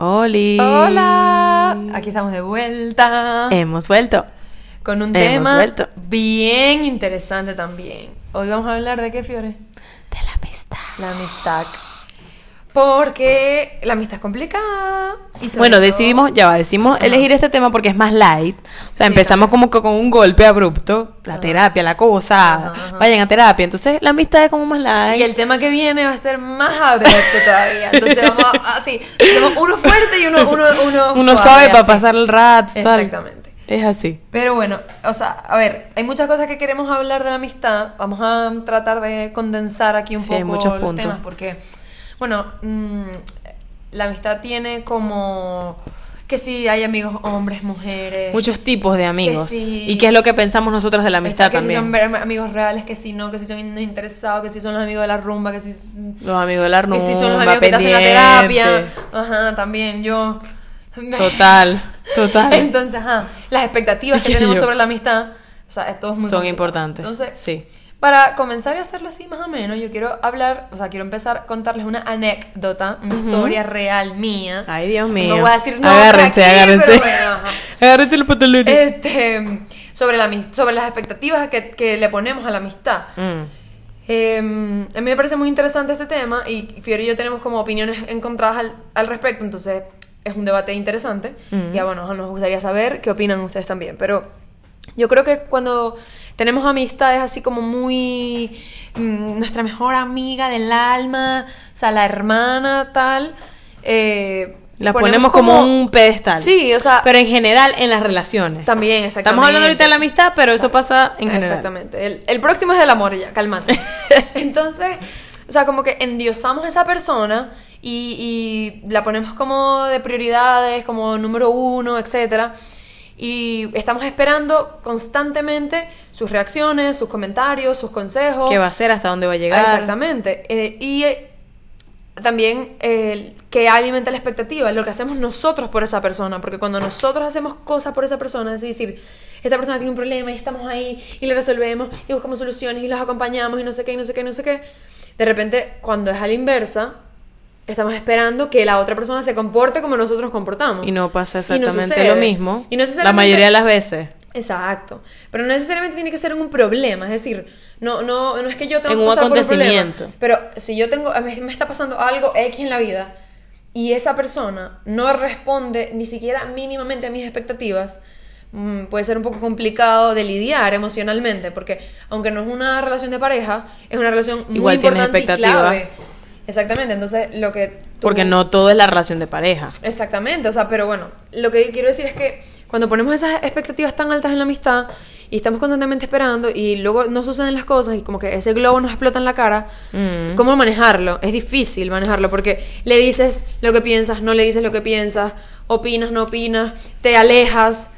Oli. Hola, aquí estamos de vuelta Hemos vuelto. con un Eh, hemos tema vuelto. bien interesante también. Hoy vamos a hablar de qué, Fiore? De la amistad. La amistad. Porque la amistad es complicada. y sobre Bueno, todo- decidimos, ya va, decidimos elegir este tema porque es más light. O sea, Sí, empezamos como que con un golpe abrupto. La terapia, la cosa. Ajá, ajá. Vayan a terapia. Entonces, la amistad es como más light. Y el tema que viene va a ser más abrupto todavía. Entonces vamos a- así. Hacemos uno fuerte y uno, uno, uno, Uno suave para así. pasar el rato. tal. Exactamente. Es así. Pero bueno, o sea, a ver, hay muchas cosas que queremos hablar de la amistad. Vamos a tratar de condensar aquí un Sí, hay poco muchos los puntos. temas porque, bueno, mm, la amistad tiene como que sí hay amigos hombres, mujeres. Muchos tipos de amigos. Eh, sí. Y qué es lo que pensamos nosotros de la amistad Está que si también. son ver- amigos reales, que si no, que si son interesados, que si son los amigos de la rumba, que si, Los amigos del que arnumba, si son los amigos que te hacen la pendiente. terapia. Ajá, también yo. Total, total. Entonces, ajá, las expectativas que Y tenemos yo. sobre la amistad, o sea, esto es muy Son complicado. importantes. Entonces, sí. para comenzar y hacerlo así más o menos, yo quiero hablar, o sea, quiero empezar a contarles una anécdota, una historia real mía. Ay, Dios mío. No voy a decir nada. Agárrense, agárrense. ah. agárrense los pantalones. Este, sobre, la, amis- sobre las expectativas que, que le ponemos a la amistad. Mm. Eh, a mí me parece muy interesante este tema y Fiore y yo tenemos como opiniones encontradas al, al respecto, entonces es un debate interesante. Mm. Ya bueno, nos gustaría saber qué opinan ustedes también, pero yo creo que cuando tenemos amistades así como muy mm, nuestra mejor amiga del alma, o sea, la hermana tal, eh, Las ponemos como, un pedestal. Sí, o sea, Pero en general en las relaciones. también, exactamente. Estamos hablando ahorita de la amistad, pero eso pasa en general. Exactamente. El, el próximo es del amor, ya, calmate. Entonces, o sea, como que endiosamos a esa persona y, y la ponemos como de prioridades, como número uno, etcétera Y estamos esperando constantemente sus reacciones, sus comentarios, sus consejos. ¿Qué va a ser? ¿Hasta dónde va a llegar? Ah, Exactamente. Eh, y eh, también eh, que alimenta la expectativa, lo que hacemos nosotros por esa persona, porque cuando nosotros hacemos cosas por esa persona, es decir, esta persona tiene un problema y estamos ahí y le resolvemos y buscamos soluciones y los acompañamos y no sé qué, y no sé qué, y no sé qué, de repente cuando es a la inversa, estamos esperando que la otra persona se comporte como nosotros comportamos. Y no pasa Y no exactamente sucede. lo mismo. Y no la necesariamente- mayoría de las veces. Exacto. Pero no necesariamente tiene que ser un problema. Es decir, no, no, no es que yo tengo En que un pasar por acontecimiento. problema, pero si yo tengo, me, me está pasando algo X en la vida y esa persona no responde ni siquiera mínimamente a mis expectativas, mm, puede ser un poco complicado de lidiar emocionalmente, porque aunque no es una relación de pareja, es una relación muy Igual tienes importante y expectativa. clave. Exactamente. Entonces, lo que tú- Porque no todo es la relación de pareja. Exactamente, o sea, pero bueno, lo que quiero decir es que cuando ponemos esas expectativas tan altas en la amistad y estamos constantemente esperando y luego no suceden las cosas y como que ese globo nos explota en la cara, Mm. ¿cómo manejarlo? Es difícil manejarlo porque le dices lo que piensas, no le dices lo que piensas, opinas, no opinas, te alejas,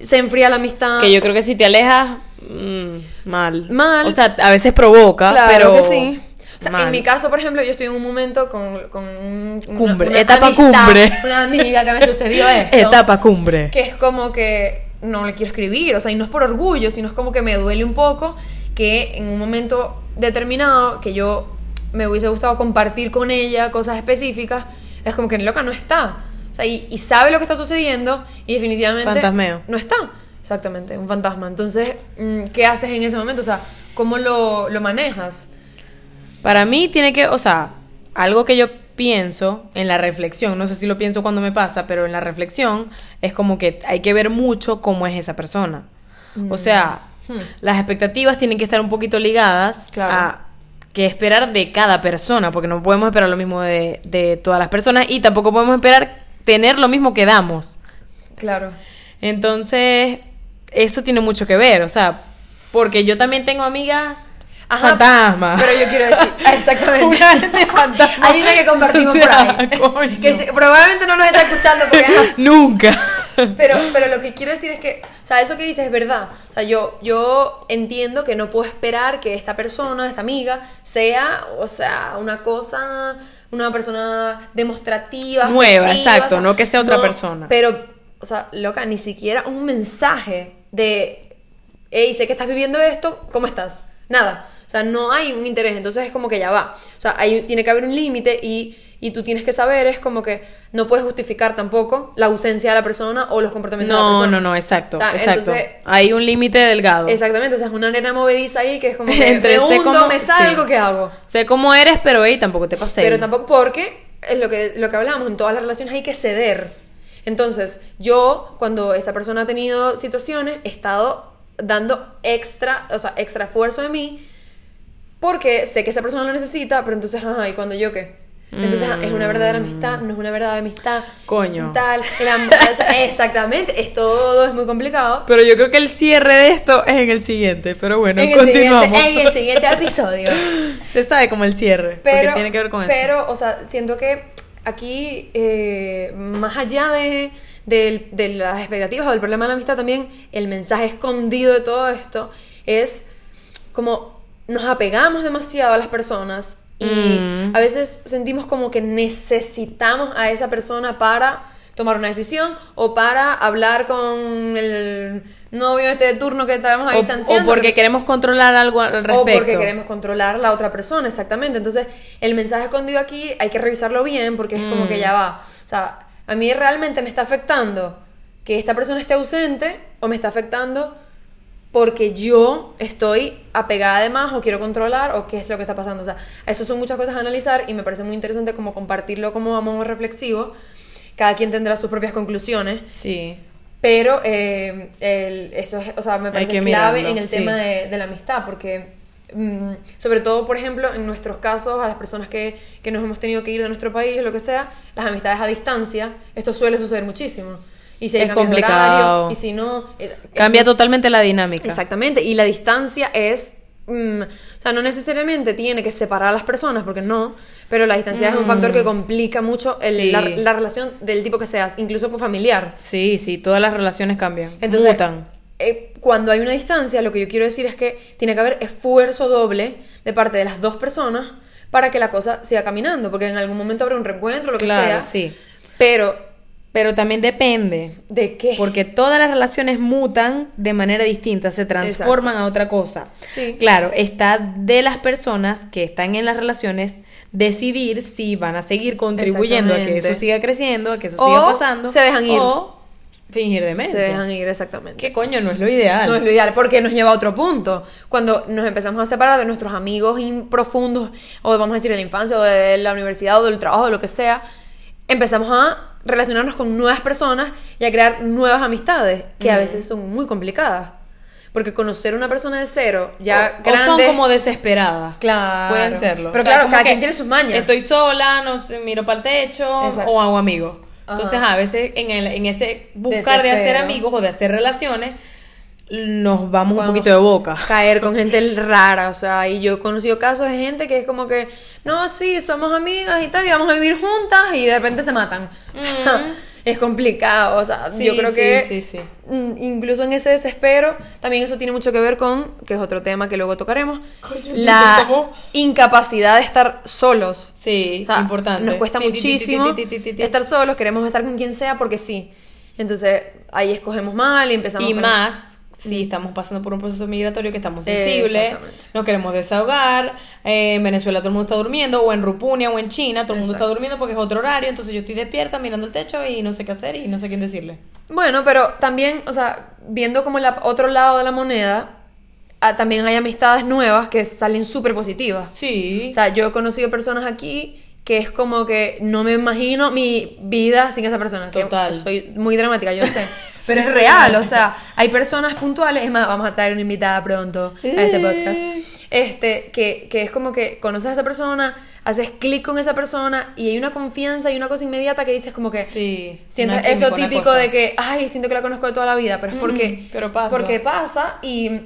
se enfría la amistad. Que yo creo que si te alejas, mm, mal. Mal. O sea, a veces provoca, pero. Claro que sí. O sea, mal. en mi caso, por ejemplo, yo estoy en un momento con, con un- una- Cumbre, una etapa amistad, cumbre. Una amiga que me sucedió esto. Etapa cumbre. que es como que no le quiero escribir, o sea, y no es por orgullo, sino es como que me duele un poco que en un momento determinado que yo me hubiese gustado compartir con ella cosas específicas, es como que loca no está. O sea, y, y sabe lo que está sucediendo y definitivamente Fantasmeo. no está. Exactamente, un fantasma. Entonces, mm, ¿qué haces en ese momento? O sea, ¿cómo lo, lo manejas? Para mí tiene que, o sea, algo que yo pienso en la reflexión, no sé si lo pienso cuando me pasa, pero en la reflexión es como que hay que ver mucho cómo es esa persona. Mm. O sea, las expectativas tienen que estar un poquito ligadas Hmm. Claro. a que esperar de cada persona, porque no podemos esperar lo mismo de, de todas las personas y tampoco podemos esperar tener lo mismo que damos. Claro. Entonces, eso tiene mucho que ver, o sea, porque yo también tengo amigas Ajá, fantasmas. Pero yo quiero decir, exactamente. Una gente fantasma. Hay una que compartimos O sea, por ahí. coño. Que se- probablemente no nos está escuchando porque ajá. Nunca. Pero, pero lo que quiero decir es que, o sea, eso que dices es verdad. O sea, yo, yo entiendo que no puedo esperar que esta persona, esta amiga, sea, o sea, una cosa, una persona demostrativa. Nueva, afectiva, exacto, no que sea otra persona. Pero, o sea, loca, ni siquiera un mensaje de, hey, sé que estás viviendo esto, ¿cómo estás? Nada. O sea, no hay un interés, entonces es como que ya va. O sea, hay, tiene que haber un límite y Y tú tienes que saber, es como que no puedes justificar tampoco la ausencia de la persona o los comportamientos de la No, persona. no, no, exacto. O sea, exacto. entonces- Hay un límite delgado. Exactamente, o sea, es una nena movediza ahí que es como que Entre me sé hundo, cómo- me salgo, sí. ¿qué hago? Sé cómo eres, pero hey, tampoco te pasé. Pero tampoco porque es lo que, lo que hablábamos, en todas las relaciones hay que ceder. Entonces, yo, cuando esta persona ha tenido situaciones, he estado dando extra, o sea, extra esfuerzo de mí, porque sé que esa persona lo necesita, pero entonces, ajá, ¿y cuando yo qué? Entonces, ajá, ¿es una verdadera amistad? ¿No es una verdadera amistad? Mm. Coño. Es Tal, el am- o sea, exactamente, es todo, es muy complicado. Pero yo creo que el cierre de esto es en el siguiente. Pero bueno, en, el continuamos. siguiente, en el siguiente episodio. Se sabe como el cierre. porque tiene que ver con eso. Pero, o sea, siento que aquí, eh, más allá de, del- de las expectativas o del problema de la amistad, también el mensaje escondido de todo esto es como nos apegamos demasiado a las personas y Mm. a veces sentimos como que necesitamos a esa persona para tomar una decisión o para hablar con el novio este de turno que estábamos ahí O- o, chanceando, lo porque que sea. queremos controlar algo al respecto. O porque queremos controlar la otra persona, exactamente. Entonces, el mensaje escondido aquí hay que revisarlo bien porque es Mm. como que ya va. O sea, a mí realmente me está afectando que esta persona esté ausente o me está afectando porque yo estoy apegada de más o quiero controlar o qué es lo que está pasando. O sea, eso son muchas cosas a analizar y me parece muy interesante como compartirlo como a modo reflexivo. Cada quien tendrá sus propias conclusiones. Sí. Pero eh, el- eso es, o sea, me parece que clave mirarlo, en el sí. tema de, de la amistad, porque mm, sobre todo, por ejemplo, en nuestros casos, a las personas que, que nos hemos tenido que ir de nuestro país o lo que sea, las amistades a distancia, esto suele suceder muchísimo. Y si hay Es cambios de complicado. horario, y si no... es- Cambia es- totalmente la dinámica. Exactamente, y la distancia es... mm, o sea, no necesariamente tiene que separar a las personas, porque no, pero la distancia es un factor que complica mucho el- Mm. Sí. la, la relación del tipo que sea, incluso con familiar. Sí, sí, todas las relaciones cambian. Entonces, mutan. eh, cuando hay una distancia, lo que yo quiero decir es que tiene que haber esfuerzo doble de parte de las dos personas para que la cosa siga caminando, porque en algún momento habrá un reencuentro, lo que Claro, sea. sí. Pero, Pero también depende. ¿de qué? Porque todas las relaciones mutan de manera distinta, se transforman a otra cosa. Sí. Claro, está de las personas que están en las relaciones decidir si van a seguir contribuyendo a que eso Exactamente. siga creciendo, a que eso O siga pasando. se dejan ir. O fingir demencia. se dejan ir exactamente. Que coño, no es lo ideal. No es lo ideal, porque nos lleva a otro punto. Cuando nos empezamos a separar de nuestros amigos in- profundos, o vamos a decir de la infancia, o de la universidad, o del trabajo, o lo que sea, empezamos a relacionarnos con nuevas personas y a crear nuevas amistades, que a veces son muy complicadas. Porque conocer una persona de cero, ya O- o grande... son como desesperadas. Claro. Pueden serlo. Pero O sea, claro, como cada que quien tiene sus mañas. Estoy sola, no sé, miro para el techo Exacto. o hago amigos. Entonces, Ajá. a veces en, el, en ese buscar de Desespero. hacer amigos o de hacer relaciones, nos vamos un Podemos poquito de boca. Caer con gente rara, o sea, y yo he conocido casos de gente que es como que, no, sí, somos amigas y tal, y vamos a vivir juntas y de repente se matan. O sea, es complicado, o sea, Mm. Sí, yo creo sí, que sí, sí. mm, incluso en ese desespero, también eso tiene mucho que ver con, que es otro tema que luego tocaremos, Coño, se me la escapó. incapacidad de estar solos. Sí, O sea, importante. Nos cuesta Ti, ti, ti, muchísimo ti, ti, ti, ti, ti. estar solos, queremos estar con quien sea porque sí. Entonces ahí escogemos mal y empezamos Y con- más si estamos pasando por un proceso migratorio que estamos Eh, sensibles, exactamente. nos queremos desahogar, eh, en Venezuela todo el mundo está durmiendo, o en Rupunia o en China todo el mundo está Exacto. durmiendo porque es otro horario, entonces yo estoy despierta mirando el techo y no sé qué hacer y no sé quién decirle. Bueno, pero también, o sea, viendo como el otro lado de la moneda, ah, también hay amistades nuevas que salen súper positivas. Sí. O sea, yo he conocido personas aquí que es como que no me imagino mi vida sin esa persona. que Total. soy muy dramática, yo sé. Pero es real, o sea, hay personas puntuales. Es más, vamos a traer una invitada pronto a este podcast. Este, que, que es como que conoces a esa persona, haces clic con esa persona y hay una confianza y una cosa inmediata que dices como que... Sí. Siento una eso química, una típico cosa. de que, ay, siento que la conozco de toda la vida, pero es porque, pero pasa. porque pasa y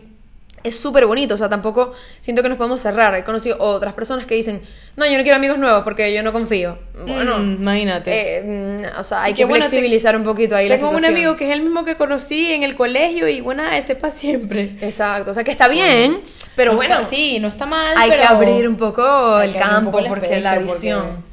es súper bonito, o sea, tampoco siento que nos podemos cerrar. He conocido otras personas que dicen, no, yo no quiero amigos nuevos porque yo no confío. Bueno, Mm, imagínate. eh, mm, o sea, hay Y que que bueno, flexibilizar un poquito ahí la Tengo un situación. amigo que es el mismo que conocí en el colegio y bueno, ese para siempre. Exacto, o sea, que está bien, pero No bueno, está- sí, no está mal. hay pero- que abrir un poco hay el que abrir un campo poco el porque la espectro, porque- visión...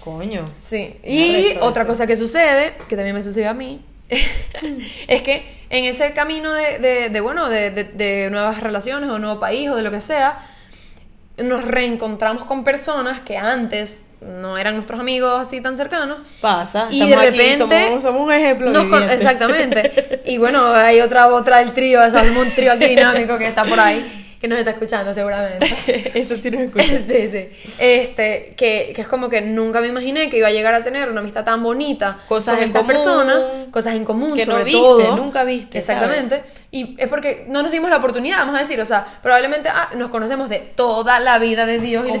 Coño. Sí. Una Y referencia. otra cosa que sucede, que también me sucedió a mí, Mm. es que en ese camino de, de- de, bueno, de, de- de nuevas relaciones o nuevo país o de lo que sea, nos reencontramos con personas que antes no eran nuestros amigos así tan cercanos. Pasa. Y Ah, estamos de aquí, repente- somos, somos un ejemplo. Nos con- viviente. exactamente. Y bueno, hay otra otra del trío, de Salmón trío aquí dinámico que está por ahí, que nos está escuchando seguramente. Eso sí nos escucha. Este, sí. Este, que, que es como que nunca me imaginé que iba a llegar a tener una amistad tan bonita Cosas con en esta común, persona, cosas en común, que no sobre viste, todo. nunca viste, Exactamente. Y es porque no nos dimos la oportunidad, vamos a decir, o sea, probablemente ah, nos conocemos de toda la vida de Dios y el Completa.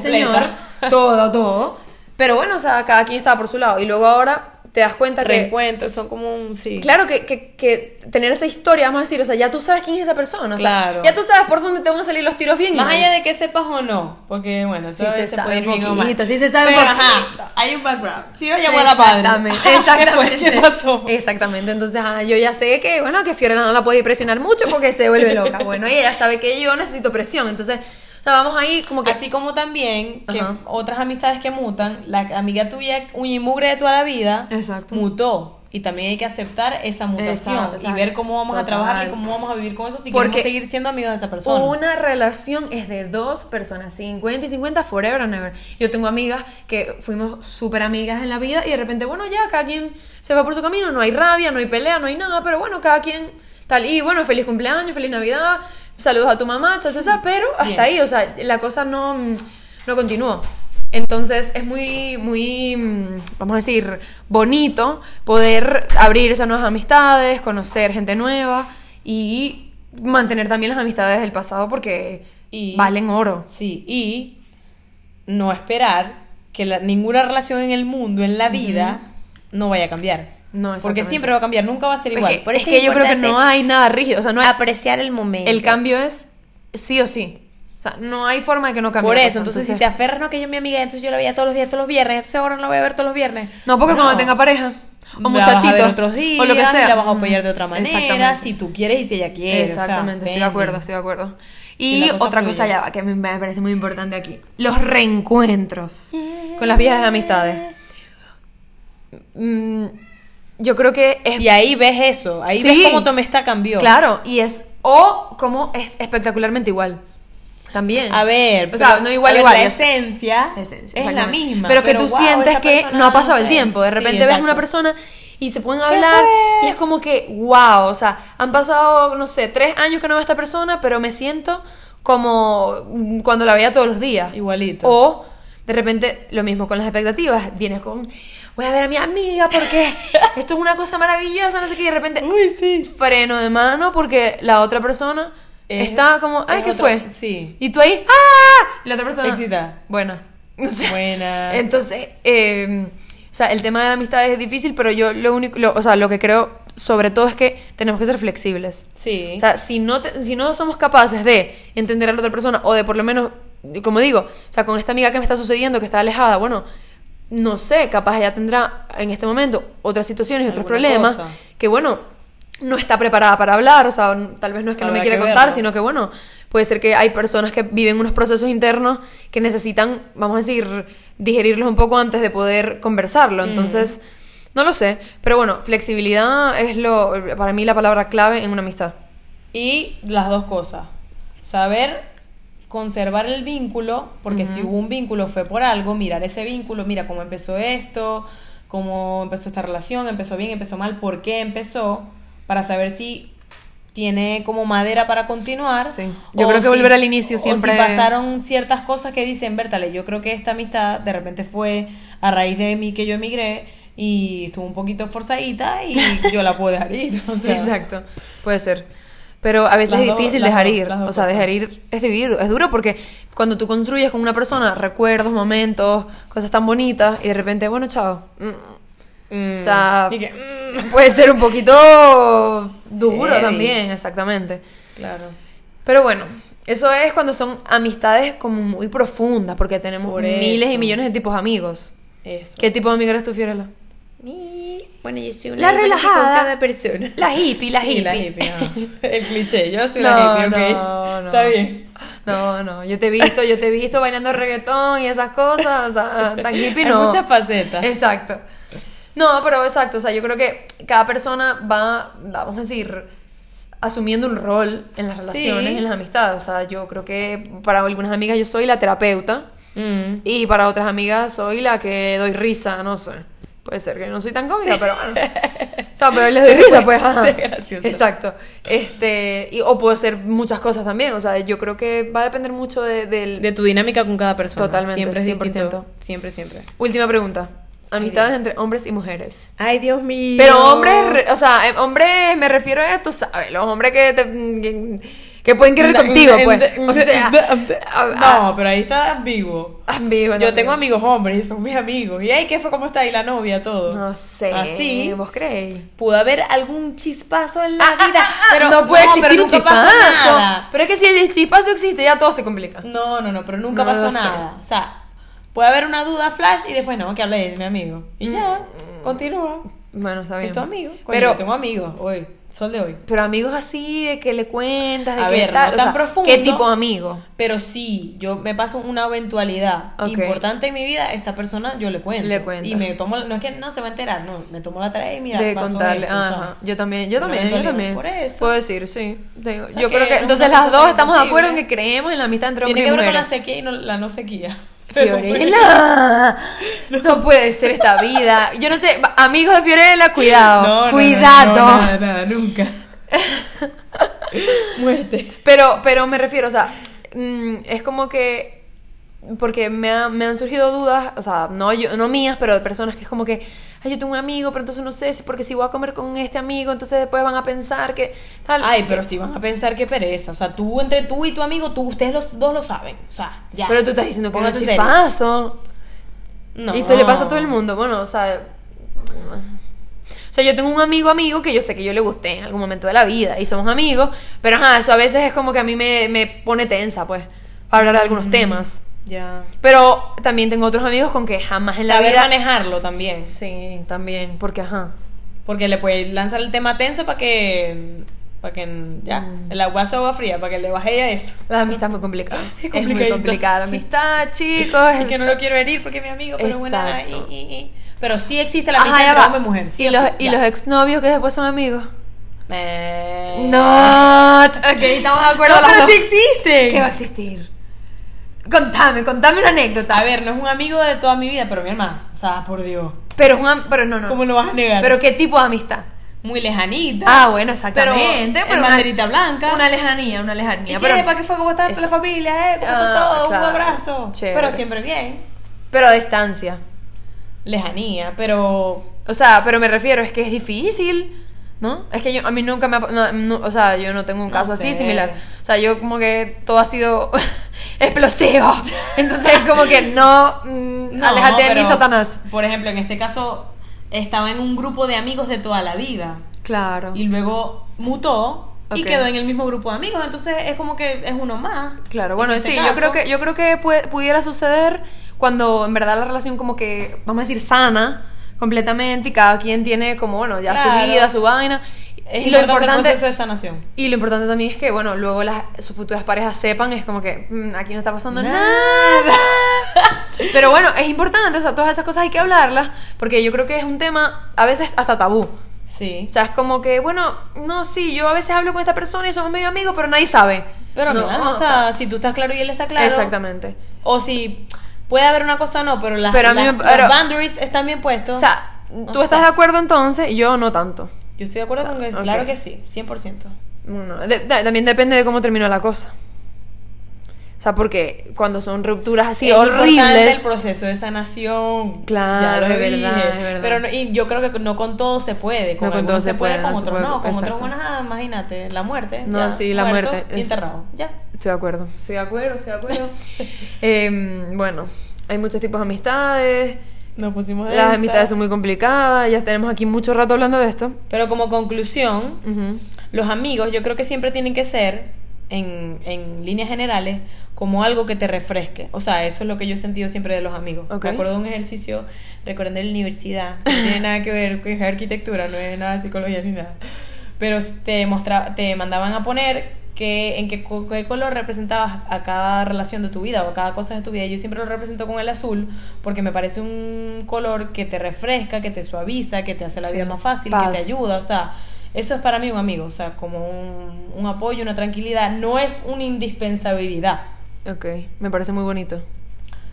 Señor, todo, todo. Pero bueno, o sea, cada quien estaba por su lado. Y luego ahora te das cuenta que Reencuentros, son como un. Sí. Claro que, que- que tener esa historia, vamos a decir, o sea, ya tú sabes quién es esa persona, o sea, Claro. ya tú sabes por dónde te van a salir los tiros bien. y Más mal. allá de que sepas o no, porque bueno, eso Sí a se veces sabe puede ir bien o poquito, mal. sí se sabe Pero, poquito. ajá, hay un background. Si no llamó a la padre. Exactamente, ¿Qué, exactamente. Eh, fue? ¿Qué pasó? Exactamente, entonces ah, yo ya sé que, bueno, que Fiorella no la puede presionar mucho porque se vuelve loca. Bueno, y ella sabe que yo necesito presión, entonces, o sea, vamos ahí como que... Así como también que Ajá. otras amistades que mutan, la amiga tuya, uña y mugre de toda la vida, Exacto. mutó. Y también hay que aceptar esa mutación Exacto, y ver cómo vamos a total. trabajar y cómo vamos a vivir con eso si Porque queremos seguir siendo amigos de esa persona. Una relación es de dos personas, 50 y 50 forever and ever. Yo tengo amigas que fuimos súper amigas en la vida y de repente, bueno, ya cada quien se va por su camino, no hay rabia, no hay pelea, no hay nada, pero bueno, cada quien tal. Y bueno, feliz cumpleaños, feliz Navidad, saludos a tu mamá, cha, cha, cha, pero hasta Bien. ahí, o sea, la cosa no, mm, no continuó. Entonces es muy, muy, mm, vamos a decir, bonito poder abrir esas nuevas amistades, conocer gente nueva y mantener también las amistades del pasado porque Y- valen oro. Sí, y no esperar que la- ninguna relación en el mundo, en la vida, no vaya a cambiar. No, Porque exactamente. siempre va a cambiar, nunca va a ser Es igual. que, Por es eso que yo creo que no importante hay nada rígido, o sea, no hay- apreciar el momento. el cambio es sí o sí. O sea, no hay forma de que no cambie. Por la eso, cosa, entonces, si te aferras, no, que yo mi amiga, entonces yo la veía todos los días, todos los viernes, entonces ahora no la voy a ver todos los viernes. No, porque cuando tenga La pareja o vas a ver muchachito otros días, o lo que sea, y la vas a apoyar de otra Ujú. manera, Exactamente. si tú quieres y si ella quiere. o sea, Exactamente, estoy de ven. acuerdo, estoy de acuerdo. Sí, Y la cosa otra fluye. cosa ya va, que me- me parece muy importante aquí. Los reencuentros con las viejas amistades. Mm, yo creo que es... Y ahí ves eso, ahí Sí. ves cómo tu amistad cambió. Claro, y es... O como es espectacularmente igual. También. A ver, O sea, pero- no a igual, ver, igual. La es- esencia, esencia, es la exactamente. misma. Pero que tú wow, sientes esta que persona no ha pasado el sé. tiempo. De Sí, repente ves a una exacto. persona y se pueden hablar fue? y es como que, wow, o sea, han pasado, no sé, tres años que no veo a esta persona, pero me siento como mm, cuando la veía todos los días. Igualito. O de repente lo mismo con las expectativas. Vienes con, voy a ver a mi amiga porque esto es una cosa maravillosa, no sé qué, y de repente Uy, sí. freno de mano porque la otra persona Es- está como, ay, es ¿qué otro- fue? sí. Y tú ahí, ¡ah! Y la otra persona. Excitada. Buena. O sea, Buenas. Entonces, eh, o sea, el tema de la amistad es difícil, pero yo lo único, lo- o sea, lo que creo sobre todo es que tenemos que ser flexibles. Sí. O sea, si no, te- si no somos capaces de entender a la otra persona, o de por lo menos, como digo, o sea, con esta amiga que me está sucediendo, que está alejada, bueno, no sé, capaz ella tendrá en este momento otras situaciones y otros Alguna problemas cosa. que, bueno, no está preparada para hablar, o sea, n- tal vez no es que no Habrá me quiere que contar, verlo. sino que, bueno, puede ser que hay personas que viven unos procesos internos que necesitan, vamos a decir, digerirlos un poco antes de poder conversarlo. Entonces, no lo sé, pero bueno, flexibilidad es lo, para mí la palabra clave en una amistad. Y las dos cosas. Saber conservar el vínculo, porque si hubo un vínculo fue por algo, mirar ese vínculo, mira cómo empezó esto, cómo empezó esta relación, empezó bien, empezó mal, por qué empezó, para saber si tiene como madera para continuar. Sí. Yo o creo que si- volver al inicio o siempre- si pasaron ciertas cosas que dicen, Bertale, yo creo que esta amistad de repente fue a raíz de mí que yo emigré y estuvo un poquito forzadita y yo la puedo dejar ir. o sea. Exacto, puede ser. Pero a veces Las es dos- difícil las dejar dos- ir. las dos O sea, cosas. dejar ir es duro, es duro porque cuando tú construyes con una persona recuerdos, momentos, cosas tan bonitas y de repente, bueno, chao. Mm, O sea, Y que, mm. puede ser un poquito duro Heavy. también, exactamente. Claro. Pero bueno, eso es cuando son amistades como muy profundas porque tenemos Por miles y eso. millones de tipos de amigos. Eso. ¿Qué tipo de amigo eres tú, Fiorella? Mi- Bueno, yo soy una La diferente con relajada. cada persona. La hippie, la Sí, hippie. ajá. El cliché, yo soy No, la hippie, ok. no, no. Está bien. No, no, yo te he visto, yo te he visto bailando reggaetón y esas cosas, o sea, tan hippie Hay no. muchas facetas. Exacto. No, pero exacto, o sea, yo creo que cada persona va, vamos a decir, asumiendo un rol en las relaciones, Sí. en las amistades. O sea, yo creo que para algunas amigas yo soy la terapeuta Mm. y para otras amigas soy la que doy risa, no sé. Puede ser que no soy tan cómica, pero bueno. O sea, pero les doy risa, pues. ajá. Ser gracioso. Exacto. Este, y- o puedo ser muchas cosas también. O sea, yo creo que va a depender mucho de- del... De tu dinámica con cada persona. Totalmente, Siempre es 100%. distinto. Siempre, siempre. Última pregunta. Amistades entre hombres y mujeres. Ay, Dios mío. Pero hombres, re- o sea, eh, hombres me refiero a, tú sabes, los hombres que te- que, que pueden querer contigo, pues. O sea, no, pero ahí está ambiguo. amigo, no, Yo tengo amigo. amigos hombres y son mis amigos. Y ay, ¿qué fue? ¿Cómo está ahí la novia? Todo. No sé. ¿Ah, Así. ¿Vos creéis? Pudo haber algún chispazo en la Ah, ah, vida. ah, ah, pero no puede existir pero un nunca pasó chispazo. nada. Pero es que si el chispazo existe, ya todo se complica. No, no, no, pero nunca No pasó sé. nada. O sea, puede haber una duda flash y después no, que hablé de mi amigo. Y ya, continúa. Bueno, Mm, está bien. Es tu amigo. Coño, Pero, yo tengo amigos hoy, sol de hoy. pero amigos así, de que le cuentas, de A que ver, tal, no o tan sea, profundo. ¿Qué tipo de amigo? Pero sí, yo me paso una eventualidad Ok. importante en mi vida, esta persona yo le cuento. Le cuentas. Y me tomo, no es que no se va a enterar, no, me tomo la tarea y mira, de pasó contarle. esto, o sea, Ajá. Yo también, yo una también, yo eventualidad. también. Por eso. Puedo decir, sí. Tengo- sea, yo que creo no que es entonces una las cosa dos tan estamos de acuerdo en que imposible. creemos en la amistad entre Tiene hombres que y ver con la mujeres. sequía y no- la no sequía. Pero bueno. Fiorella, no puede ser esta vida. Yo no sé, va- amigos de Fiorella, cuidado, No, no, no, cuidado. no, nada, nada, nunca. Muerte. Pero, pero me refiero, o sea, mm, es como que. Porque me, ha- me han surgido dudas, o sea, no, yo, no mías, pero de personas que es como que, ay, yo tengo un amigo, pero entonces no sé si, porque si voy a comer con este amigo, entonces después van a pensar que tal. Ay, pero que- si van a pensar que pereza. O sea, tú entre tú y tu amigo, tú, ustedes los dos lo saben. O sea, ya. Pero tú estás diciendo que es Pónganse un serios. chispazo. No. Y eso le pasa a todo el mundo. Bueno, o sea. O sea, yo tengo un amigo amigo que yo sé que yo le gusté en algún momento de la vida y somos amigos, pero ajá, eso a veces es como que a mí me, me pone tensa, pues, para hablar de algunos Mm. temas. Ya. Pero también tengo otros amigos con que jamás en la Saber vida. manejarlo también. Sí, también, porque ajá. Porque le puedes lanzar el tema tenso para que. Para que. Ya. Mm. El agua es agua fría, para que le baje a eso. La amistad es muy complicada. Es Es muy complicadito, complicada la sí. amistad, chicos. Y que no lo quiero herir porque es mi amigo, pero bueno. Exacto. ay, y- y- Pero sí existe la Ajá, amistad ya entre va. hombre y mujer. Sí y o los, sí, y ya. los exnovios que después son amigos. Eh, No. Ok, estamos de acuerdo No, las pero dos. sí existe. ¿Qué va a existir? Contame, contame una anécdota. A ver, no es un amigo de toda mi vida, pero mi hermana. O sea, por Dios. Pero es un am- pero no, no. ¿Cómo lo vas a negar? Pero qué tipo de amistad. Muy lejanita. Ah, bueno, Pero exactamente. en banderita blanca. Una lejanía, una ¿Y lejanía. qué? pero, ¿Para qué fue? ¿Cómo está toda la Exacto. familia? Eh? ¿Cómo está Ah, todo? claro. Un abrazo. Chévere. Pero siempre bien. pero a distancia. Lejanía, pero. O sea, pero me refiero, es que es difícil, ¿no? Es que yo, a mí nunca me ha... pa- no, no, o sea, yo no tengo un No caso así sé. similar. O sea, yo como que todo ha sido explosivo. Entonces, como que no... mm, No, aléjate de mí, pero, Satanás. Por ejemplo, en este caso, estaba en un grupo de amigos de toda la vida. Claro. Y luego mutó y Ok. quedó en el mismo grupo de amigos. Entonces es como que es uno más. Claro, En bueno, este sí, yo caso. creo que yo creo que pu- pudiera suceder cuando en verdad la relación como que vamos a decir sana completamente y cada quien tiene como bueno, ya su Claro. vida, su vaina. Es y lo el importante proceso de sanación. y lo importante también es que bueno, luego las sus futuras parejas sepan es como que mm, aquí no está pasando nada. Pero bueno, es importante, o sea, todas esas cosas hay que hablarlas porque yo creo que es un tema a veces hasta tabú. Sí. O sea, es como que, bueno, no, sí, yo a veces hablo con esta persona y somos medio amigos, pero nadie sabe. Pero no, o, o sea, sea, si tú estás claro y él está claro. Exactamente. O si puede haber una cosa o no, pero las, Pero a mí las- me- los pero- boundaries están bien puestos. O sea, No tú sé. estás de acuerdo entonces, yo no tanto. Yo estoy de acuerdo o sea, con que, ok. claro que sí, 100%. Bueno, de- de- también depende de cómo terminó la cosa. O sea, porque cuando son rupturas así Es importante horribles. el proceso de sanación. Claro, Ya lo es verdad, dije. es verdad. Pero no- y yo creo que no con todo se puede. Con No con algunos todo se se puede, puede, con no se otros puede, no. Con otros, exacto. bueno, nada, imagínate, la muerte. No, ya, sí, la muerto muerte, Y es- enterrado, ya. Estoy de acuerdo. Estoy de acuerdo, estoy de acuerdo. Em, bueno, hay muchos tipos de amistades. Nos pusimos Las densa. amistades son muy complicadas. Ya tenemos aquí mucho rato hablando de esto. Pero como conclusión, Ujú. los amigos yo creo que siempre tienen que ser, en, en líneas generales, como algo que te refresque. O sea, eso es lo que yo he sentido siempre de los amigos. Ok. Me acuerdo de un ejercicio, recuerdo de la universidad, que no tiene nada que ver con arquitectura, no es nada de psicología ni nada. Pero te, mostra- te mandaban a poner que, en qué, co- qué color representabas a cada relación de tu vida o a cada cosa de tu vida. Yo siempre lo represento con el azul porque me parece un color que te refresca, que te suaviza, que te hace la Sí. vida más fácil, que te Paz. ayuda ayuda, o sea, Eso es para mí un amigo, o sea, como un, un apoyo, una tranquilidad. No es una indispensabilidad, Ok, me parece muy bonito.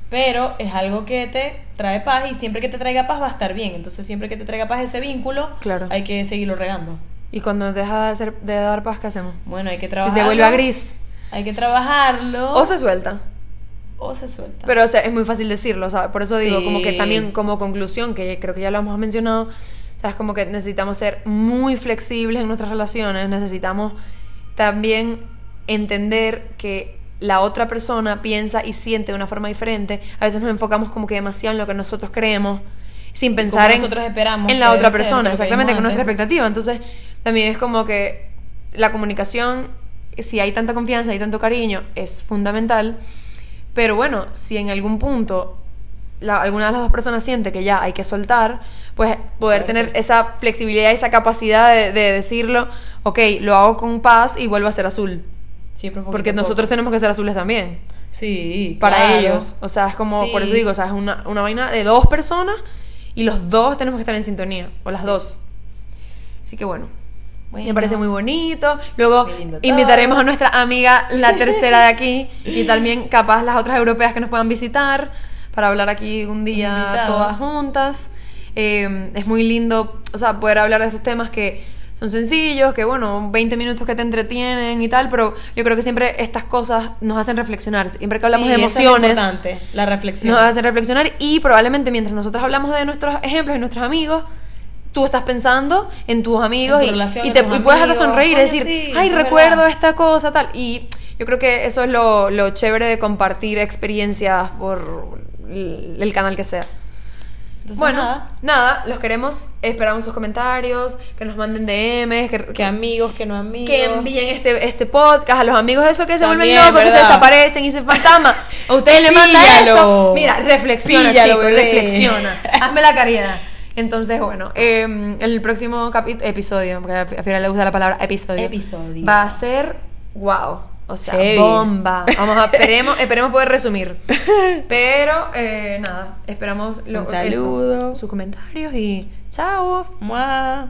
pero es algo que te trae paz y siempre que te traiga paz va a estar bien. Entonces, siempre que te traiga paz ese vínculo, Claro. hay que seguirlo regando. Y cuando deja de, hacer, de dar paz, ¿qué hacemos? Bueno, hay que Si trabajarlo. se vuelve a gris. Hay que trabajarlo. O se suelta. o se suelta. Pero o sea, es muy fácil decirlo, ¿sabes? Por eso digo, Sí. como que también como conclusión, que creo que ya lo hemos mencionado, ¿sabes? Como que necesitamos ser muy flexibles en nuestras relaciones, necesitamos también entender que la otra persona piensa y siente de una forma diferente. A veces nos enfocamos como que demasiado en lo que nosotros creemos, sin pensar en, nosotros esperamos en que la otra debe ser, persona, lo que exactamente, vimos con nuestra antes. expectativa. Entonces, también es como que la comunicación, si hay tanta confianza, hay tanto cariño, es fundamental. Pero bueno, si en algún punto la- alguna de las dos personas siente que ya hay que soltar, pues poder Correcto. tener esa flexibilidad, esa capacidad de, de decirlo, ok, lo hago con paz y vuelvo a ser azul. Siempre poquito Porque a poco. nosotros tenemos que ser azules también, Sí, para claro. ellos. O sea, es como, por eso Sí. digo, o sea, es una, una vaina de dos personas y los dos tenemos que estar en sintonía, o las dos. Así que bueno, Bueno. me parece muy bonito. Luego Qué lindo todo. invitaremos a nuestra amiga, la tercera de aquí, y también capaz las otras europeas que nos puedan visitar para hablar aquí un día Invitadas. todas juntas. Eh, es muy lindo, o sea, poder hablar de esos temas que son sencillos, que bueno, 20 minutos que te entretienen y tal, pero yo creo que siempre estas cosas nos hacen reflexionar. Siempre que hablamos Sí, de eso es emociones, importante, la reflexión. nos hacen reflexionar y probablemente mientras nosotros hablamos de nuestros ejemplos y nuestros amigos, tú estás pensando en tus amigos En tu y, relación, y en te, tus y puedes hasta amigos. sonreír y Coño, decir, sí, ay, es recuerdo verdad". esta cosa, tal. Y yo creo que eso es lo, lo chévere de compartir experiencias por el el canal que sea. Entonces, bueno, nada, nada. los queremos, esperamos sus comentarios, que nos manden DMs, que, que amigos, que no amigos. que envíen este, este podcast a los amigos esos que se También, vuelven locos, que se ¿verdad? desaparecen y se fantasma. A ustedes les manda Píllalo. esto. Mira, reflexiona, Píllalo, chicos, bebé. reflexiona. Hazme la caridad. Entonces, bueno, eh, el próximo capi- episodio, porque a Fiora le gusta la palabra episodio, Episodio. va a ser wow. O sea, Heavy. bomba. Vamos a, esperemos, esperemos poder resumir. Pero eh, nada, esperamos lo- Un eso, saludo. sus comentarios y chao. Mua.